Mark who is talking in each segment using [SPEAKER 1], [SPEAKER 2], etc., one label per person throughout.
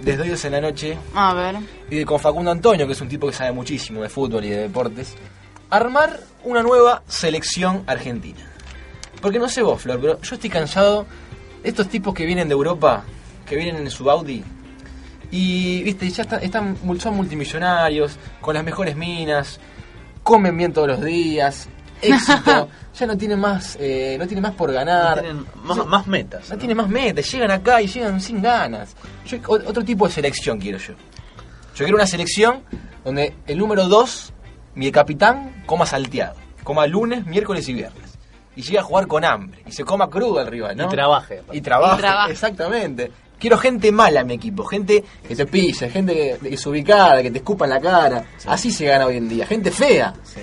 [SPEAKER 1] Desde hoy es en la noche,
[SPEAKER 2] A ver.
[SPEAKER 1] y con Facundo Antonio, que es un tipo que sabe muchísimo de fútbol y de deportes, armar una nueva selección argentina. Porque no sé vos, Flor, pero yo estoy cansado de estos tipos que vienen de Europa, que vienen en su Audi, y viste, ya están, están, son multimillonarios, con las mejores minas, comen bien todos los días, éxito, ya no tienen más, eh, no tienen más por ganar.
[SPEAKER 3] Tienen más, más metas.
[SPEAKER 1] No
[SPEAKER 3] ¿no?
[SPEAKER 1] tiene más metas, llegan acá y llegan sin ganas. Yo- o- otro tipo de selección quiero yo. Yo quiero una selección donde el número 2, mi capitán, coma salteado. Coma lunes, miércoles y viernes. Y llega a jugar con hambre. Y se coma crudo al rival, ¿no?
[SPEAKER 3] Y trabaje, aparte.
[SPEAKER 1] Y trabaje,
[SPEAKER 2] Y trabaje.
[SPEAKER 1] exactamente. Quiero gente mala en mi equipo. Gente que te pisa, gente que, que es ubicada, que te escupa en la cara. Así se gana hoy en día. Gente fea.
[SPEAKER 3] Sí.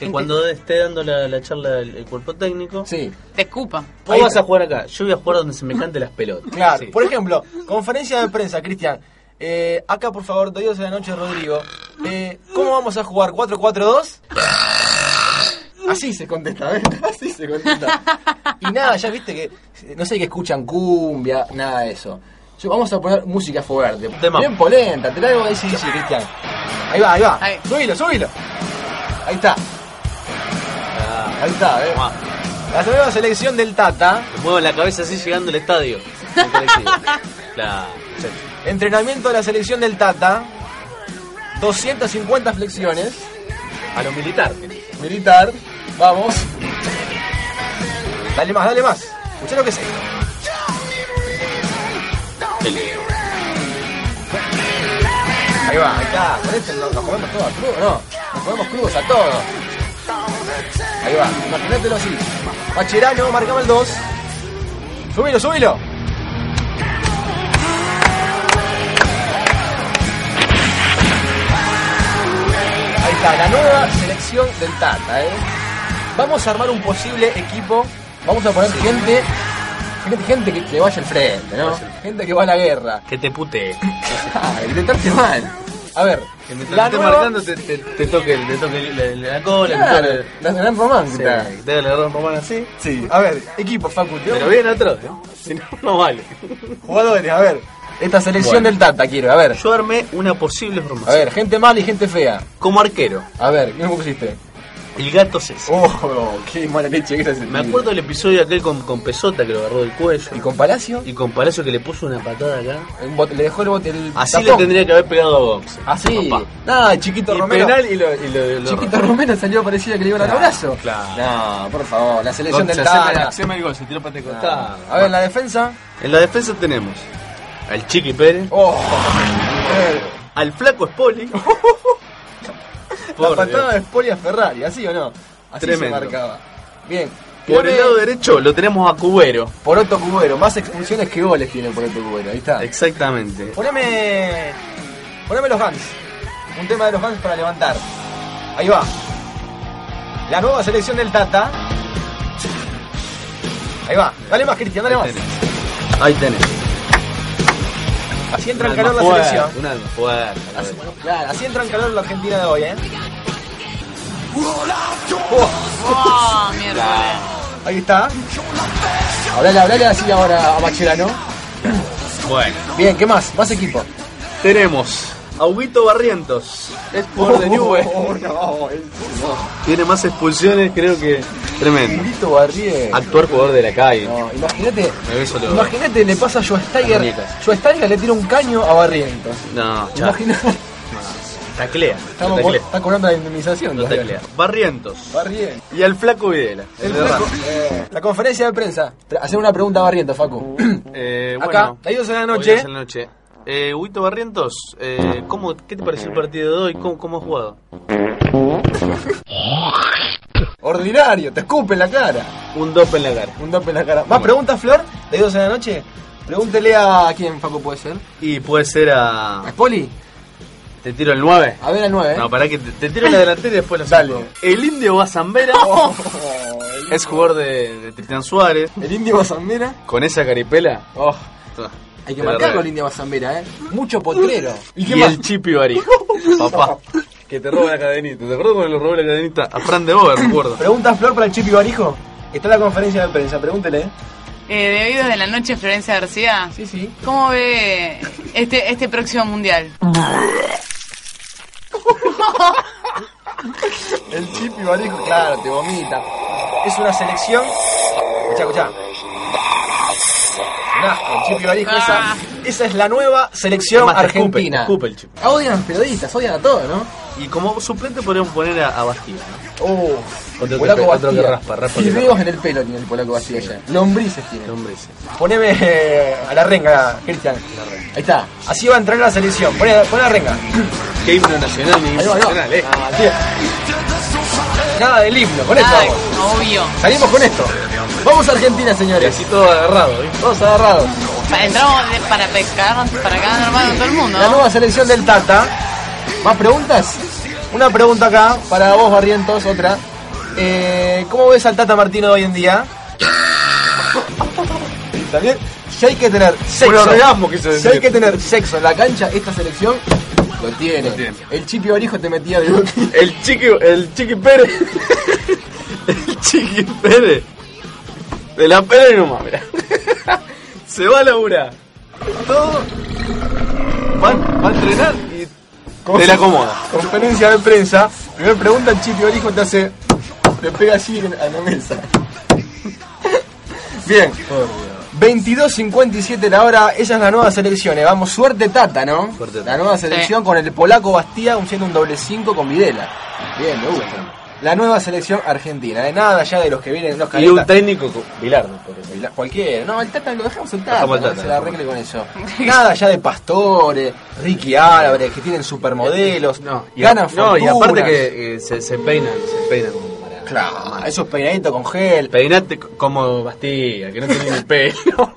[SPEAKER 3] Que cuando esté dando la, la charla el, el cuerpo técnico,
[SPEAKER 1] Sí.
[SPEAKER 2] Te escupa.
[SPEAKER 3] vos vas a jugar acá, yo voy a jugar donde se me cante las pelotas.
[SPEAKER 1] Claro,
[SPEAKER 3] Sí.
[SPEAKER 1] por ejemplo, conferencia de prensa, Cristian. Eh, acá, por favor, doy dos de la noche, Rodrigo. Eh, ¿Cómo vamos a jugar? ¿4-4-2? Así se contesta, ¿ves? Así se contesta. Y nada, ya viste que no sé que escuchan cumbia, nada de eso. Yo- vamos a poner música fuerte.
[SPEAKER 3] Tema.
[SPEAKER 1] Bien polenta, te traigo ahí, sí, sí, Cristian. Ahí va, ahí va.
[SPEAKER 2] Ahí.
[SPEAKER 1] Subilo, subilo. Ahí está,
[SPEAKER 3] Ah,
[SPEAKER 1] ahí está, ¿eh?
[SPEAKER 3] tomá.
[SPEAKER 1] La nueva selección del Tata.
[SPEAKER 3] Te muevo la cabeza así llegando al estadio. El colectivo. Claro. Sí.
[SPEAKER 1] Entrenamiento de la selección del Tata. 250 flexiones.
[SPEAKER 3] A lo militar.
[SPEAKER 1] Militar. Vamos. Dale más, dale más. Escucha lo que es esto.
[SPEAKER 3] El-
[SPEAKER 1] Ahí va, ahí está. Con esto nos, nos comemos todos crudos, ¿no? Nos comemos crudos a todos. Ahí va, imagínatelo así. Macherano, marcamos el 2. Subilo, subilo. Ahí está, la nueva selección del Tata, ¿eh? Vamos a armar un posible equipo. Vamos a poner gente, gente, gente que, que vaya al frente, ¿no? Gente que va a la guerra.
[SPEAKER 3] Que te putee.
[SPEAKER 1] Ah, intentaste mal. A ver,
[SPEAKER 3] Que mientras
[SPEAKER 1] la
[SPEAKER 3] esté
[SPEAKER 1] nueva-
[SPEAKER 3] marcando te, te, te toque, te toque la, la cola,
[SPEAKER 1] Claro,
[SPEAKER 3] te toque-
[SPEAKER 1] la de gran romance.
[SPEAKER 3] Sí, Te le agarra un poco así.
[SPEAKER 1] Sí, a ver, equipo, Facu, te-
[SPEAKER 3] Pero bien atrás, ¿eh? Si no, no vale.
[SPEAKER 1] jugadores, a ver. Esta selección
[SPEAKER 3] Bueno.
[SPEAKER 1] del Tata quiero, a ver.
[SPEAKER 3] Yo armé una posible
[SPEAKER 1] A
[SPEAKER 3] formación.
[SPEAKER 1] ver, gente mala y gente fea.
[SPEAKER 3] Como arquero,
[SPEAKER 1] A ver, ¿qué me pusiste?
[SPEAKER 3] el gato César.
[SPEAKER 1] Oh, qué mala leche que era ese
[SPEAKER 3] Me
[SPEAKER 1] pibe.
[SPEAKER 3] acuerdo del episodio aquel con, con Pesota que lo agarró del cuello.
[SPEAKER 1] ¿Y con Palacio?
[SPEAKER 3] Y con Palacio que le puso una patada acá.
[SPEAKER 1] El bot- le dejó el bote el
[SPEAKER 3] Así
[SPEAKER 1] tapón.
[SPEAKER 3] le tendría que haber pegado a Box.
[SPEAKER 1] Así.
[SPEAKER 3] Papá.
[SPEAKER 1] Nada, Ah, chiquito
[SPEAKER 3] Y
[SPEAKER 1] Romero.
[SPEAKER 3] penal y lo. Y lo- lo-
[SPEAKER 1] Chiquito Romero salió parecido que le iba a dar un
[SPEAKER 3] Claro,
[SPEAKER 1] abrazo.
[SPEAKER 3] claro.
[SPEAKER 1] No, por favor, la selección
[SPEAKER 3] Con- se
[SPEAKER 1] del
[SPEAKER 3] haceme-
[SPEAKER 1] Tata.
[SPEAKER 3] haceme el gol, se tiró para el costado.
[SPEAKER 1] A ver, la defensa.
[SPEAKER 3] En la defensa tenemos al Chiqui Pérez,
[SPEAKER 1] Oh, a ver.
[SPEAKER 3] al Flaco Spoli.
[SPEAKER 1] La
[SPEAKER 3] Por
[SPEAKER 1] patada
[SPEAKER 3] Dios.
[SPEAKER 1] de Spoli a Ferrari, ¿así o no? Así
[SPEAKER 3] Tremendo.
[SPEAKER 1] se marcaba. Bien.
[SPEAKER 3] Por el
[SPEAKER 1] Pone
[SPEAKER 3] lado derecho lo tenemos a Cubero.
[SPEAKER 1] Poroto Cubero, más expulsiones que goles tiene Poroto Cubero, ahí está.
[SPEAKER 3] Exactamente.
[SPEAKER 1] Poneme. Poneme los Guns. Un tema de los Guns para levantar. Ahí va. La nueva selección del Tata. Ahí va. Dale más, Cristian, dale más.
[SPEAKER 3] Ahí tenés. Ahí tenés.
[SPEAKER 1] Así entra
[SPEAKER 3] Un
[SPEAKER 1] en calor
[SPEAKER 3] alma
[SPEAKER 1] la
[SPEAKER 3] fuerte,
[SPEAKER 1] selección.
[SPEAKER 3] Un alma fuerte. la
[SPEAKER 1] Así,
[SPEAKER 3] verdad.
[SPEAKER 1] claro, así entra en calor la Argentina de hoy, ¿eh?
[SPEAKER 2] Oh, mierda.
[SPEAKER 1] Ahí está. Hablale, hablale así ahora a Macherano.
[SPEAKER 3] Bueno.
[SPEAKER 1] Bien, ¿qué más? Más equipo.
[SPEAKER 3] Tenemos a Huguito Barrientos. Es jugador de Newell's.
[SPEAKER 1] Oh, no, el
[SPEAKER 3] Tiene más expulsiones, creo que. Tremendo.
[SPEAKER 1] Pulito Barrié.
[SPEAKER 3] Actuar jugador de la calle.
[SPEAKER 1] No, imagínate.
[SPEAKER 3] Me beso los-
[SPEAKER 1] Imagínate, le pasa a Schweinsteiger.
[SPEAKER 3] Las muñecas.
[SPEAKER 1] Schweinsteiger le tira un caño a Barrientos.
[SPEAKER 3] No, ya.
[SPEAKER 1] Imagínate,
[SPEAKER 3] Taclea.
[SPEAKER 1] estamos
[SPEAKER 3] Lo
[SPEAKER 1] por-
[SPEAKER 3] taclea.
[SPEAKER 1] está cobrando la indemnización.
[SPEAKER 3] Lo
[SPEAKER 1] todavía.
[SPEAKER 3] taclea. Barrientos.
[SPEAKER 1] Barrientos.
[SPEAKER 3] Y al Flaco Videla.
[SPEAKER 1] El
[SPEAKER 3] de
[SPEAKER 1] flaco-
[SPEAKER 3] Racing.
[SPEAKER 1] eh, la conferencia de prensa. Tra- Hacer una pregunta a Barrientos, Facu.
[SPEAKER 3] Eh,
[SPEAKER 1] Acá,
[SPEAKER 3] bueno,
[SPEAKER 1] a las 12 de la
[SPEAKER 3] hoy
[SPEAKER 1] noche.
[SPEAKER 3] es la noche. Eh, Huguito Barrientos, eh, ¿cómo, ¿qué te pareció el partido de hoy? ¿Cómo, cómo has jugado?
[SPEAKER 1] Ordinario, te escupe en la cara.
[SPEAKER 3] Un dope en la cara.
[SPEAKER 1] Un dope en la cara. ¿Más preguntas, Flor? ¿De 12 de la noche? Pregúntele a quién, Facu, puede ser.
[SPEAKER 3] Y puede ser
[SPEAKER 1] ¿A
[SPEAKER 3] a.
[SPEAKER 1] Poli?
[SPEAKER 3] Te tiro el 9.
[SPEAKER 1] A ver, a 9.
[SPEAKER 3] No, pará que te, te tiro la delantera y después la
[SPEAKER 1] ¿Eh? Dale.
[SPEAKER 3] saco. El indio Bazambera es jugador de, de Tristán Suárez.
[SPEAKER 1] Oh. El indio Bazambera.
[SPEAKER 3] Con esa caripela.
[SPEAKER 1] Oh,
[SPEAKER 3] ta,
[SPEAKER 1] hay que
[SPEAKER 3] te la
[SPEAKER 1] marcarlo
[SPEAKER 3] regalo.
[SPEAKER 1] el indio Bazambera, ¿eh? Mucho potrero.
[SPEAKER 3] Y, el Chipi Barí. Papá. Que te roba la cadenita. ¿Te acuerdas cuando le robé la cadenita a Fran de Boer? Recuerdo.
[SPEAKER 1] Pregunta Flor para el Chipi Barijo. Está en la conferencia de prensa, pregúntele. ¿eh?
[SPEAKER 2] Eh, de oídos de la noche, Florencia García.
[SPEAKER 1] Sí, sí.
[SPEAKER 2] ¿Cómo ve este, este próximo mundial?
[SPEAKER 1] El Chipi Barijo, claro, te vomita. Es una selección. Escucha, escucha. el Chipi Barijo,
[SPEAKER 2] Ah.
[SPEAKER 1] esa, esa es la nueva selección
[SPEAKER 3] Además, te escupe,
[SPEAKER 1] argentina.
[SPEAKER 3] te escupe el Chipi.
[SPEAKER 1] Odian periodistas, odian a todo, ¿no?
[SPEAKER 3] Y como suplente podríamos poner a, a Bastida.
[SPEAKER 1] Oh,
[SPEAKER 3] Otro
[SPEAKER 1] polaco
[SPEAKER 3] que- otro que
[SPEAKER 1] Bastida.
[SPEAKER 3] raspa, raspa que
[SPEAKER 1] Fideos en el pelo tiene el polaco Bastida ya. Lombrices tiene.
[SPEAKER 3] El hombre ese.
[SPEAKER 1] Poneme eh, a la renga, Cristian. Ahí está. Así va a entrar la selección. Poné, poné la renga.
[SPEAKER 3] Qué himno nacional, ni
[SPEAKER 1] Ahí
[SPEAKER 3] himno
[SPEAKER 1] va, ahí va.
[SPEAKER 3] nacional, eh.
[SPEAKER 1] Ah, tío. Nada del himno, con esto
[SPEAKER 2] Ay,
[SPEAKER 1] vamos.
[SPEAKER 2] obvio.
[SPEAKER 1] Salimos con esto. Vamos a Argentina,
[SPEAKER 3] Y
[SPEAKER 1] señores.
[SPEAKER 3] así todo agarrado, ¿eh?
[SPEAKER 1] Todos agarrados.
[SPEAKER 2] Pa- Entramos de- para pescar, para cada hermano todo el mundo.
[SPEAKER 1] La nueva selección del Tata. ¿Más preguntas? Una pregunta acá para vos, Barrientos, otra. Eh, ¿Cómo ves al Tata Martino de hoy en día? También, si hay que tener sexo.
[SPEAKER 3] orgasmo, quiso
[SPEAKER 1] si
[SPEAKER 3] decir.
[SPEAKER 1] hay que tener sexo en la cancha, esta selección lo tiene.
[SPEAKER 3] Lo tiene.
[SPEAKER 1] El Chipi Barijo te metía de botín.
[SPEAKER 3] El chiqui, el chiqui Pérez. el chiqui Pérez. De la Pérez y nomás, mirá. Se va a laburar. Todo. Va, va a entrenar y te la acomoda.
[SPEAKER 1] Conferencia de prensa. Primera pregunta, el Chipi Barijo te hace. Te pega así en- a la mesa. Bien. 22.57 la hora, esa es la nueva selección. eh. Vamos, suerte Tata, ¿no?
[SPEAKER 3] Suerte, Tata.
[SPEAKER 1] la nueva selección con el polaco Bastía un- siendo un doble 5 con Videla. Bien, me gusta. La nueva selección argentina, de nada ya de los que vienen los
[SPEAKER 3] Y un
[SPEAKER 1] caretas.
[SPEAKER 3] técnico con Bilardo, por ejemplo.
[SPEAKER 1] La- Cualquiera, no, el Tata lo dejamos el Tata,
[SPEAKER 3] Dejamos al
[SPEAKER 1] ¿no?
[SPEAKER 3] Tata,
[SPEAKER 1] se la arregle con eso. Nada ya de Pastore, Ricky Álvarez, que tienen supermodelos,
[SPEAKER 3] No, y,
[SPEAKER 1] ganan
[SPEAKER 3] no, y aparte
[SPEAKER 1] fortunas.
[SPEAKER 3] que eh, se, se peinan, se peinan como para.
[SPEAKER 1] Claro, esos peinaditos con gel.
[SPEAKER 3] Peinate co- como Bastilla, que no tiene ni pelo.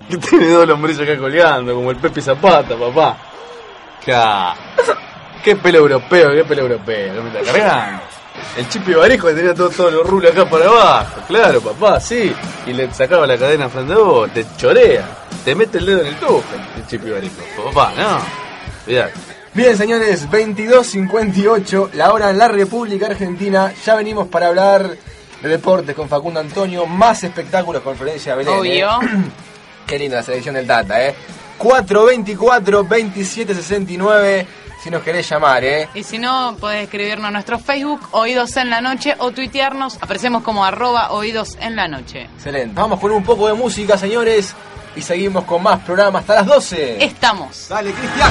[SPEAKER 3] que tiene dos lombrices acá colgando, como el Pepe Zapata, papá. Claro. Qué pelo europeo, qué pelo europeo, no me está cargando. El chipi Barejo que tenía todos todo los rulos acá para abajo, claro, papá, sí. Y le sacaba la cadena frente a vos, te chorea, te mete el dedo en el tubo, el chipi Barejo. Papá, no. Cuidado.
[SPEAKER 1] Bien, señores, 22.58, la hora en la República Argentina. Ya venimos para hablar de deportes con Facundo Antonio, más espectáculos, conferencia Belén. ¿eh?
[SPEAKER 2] Obvio.
[SPEAKER 1] Qué linda la selección del Tata, ¿eh? 424-2769, si nos querés llamar, ¿eh?
[SPEAKER 2] Y si no, podés escribirnos a nuestro Facebook, Oídos en la Noche, o tuitearnos. Aparecemos como arroba Oídos en la Noche.
[SPEAKER 1] Excelente. Vamos con un poco de música, señores, y seguimos con más programas hasta las 12.
[SPEAKER 2] Estamos.
[SPEAKER 1] Dale, Cristian.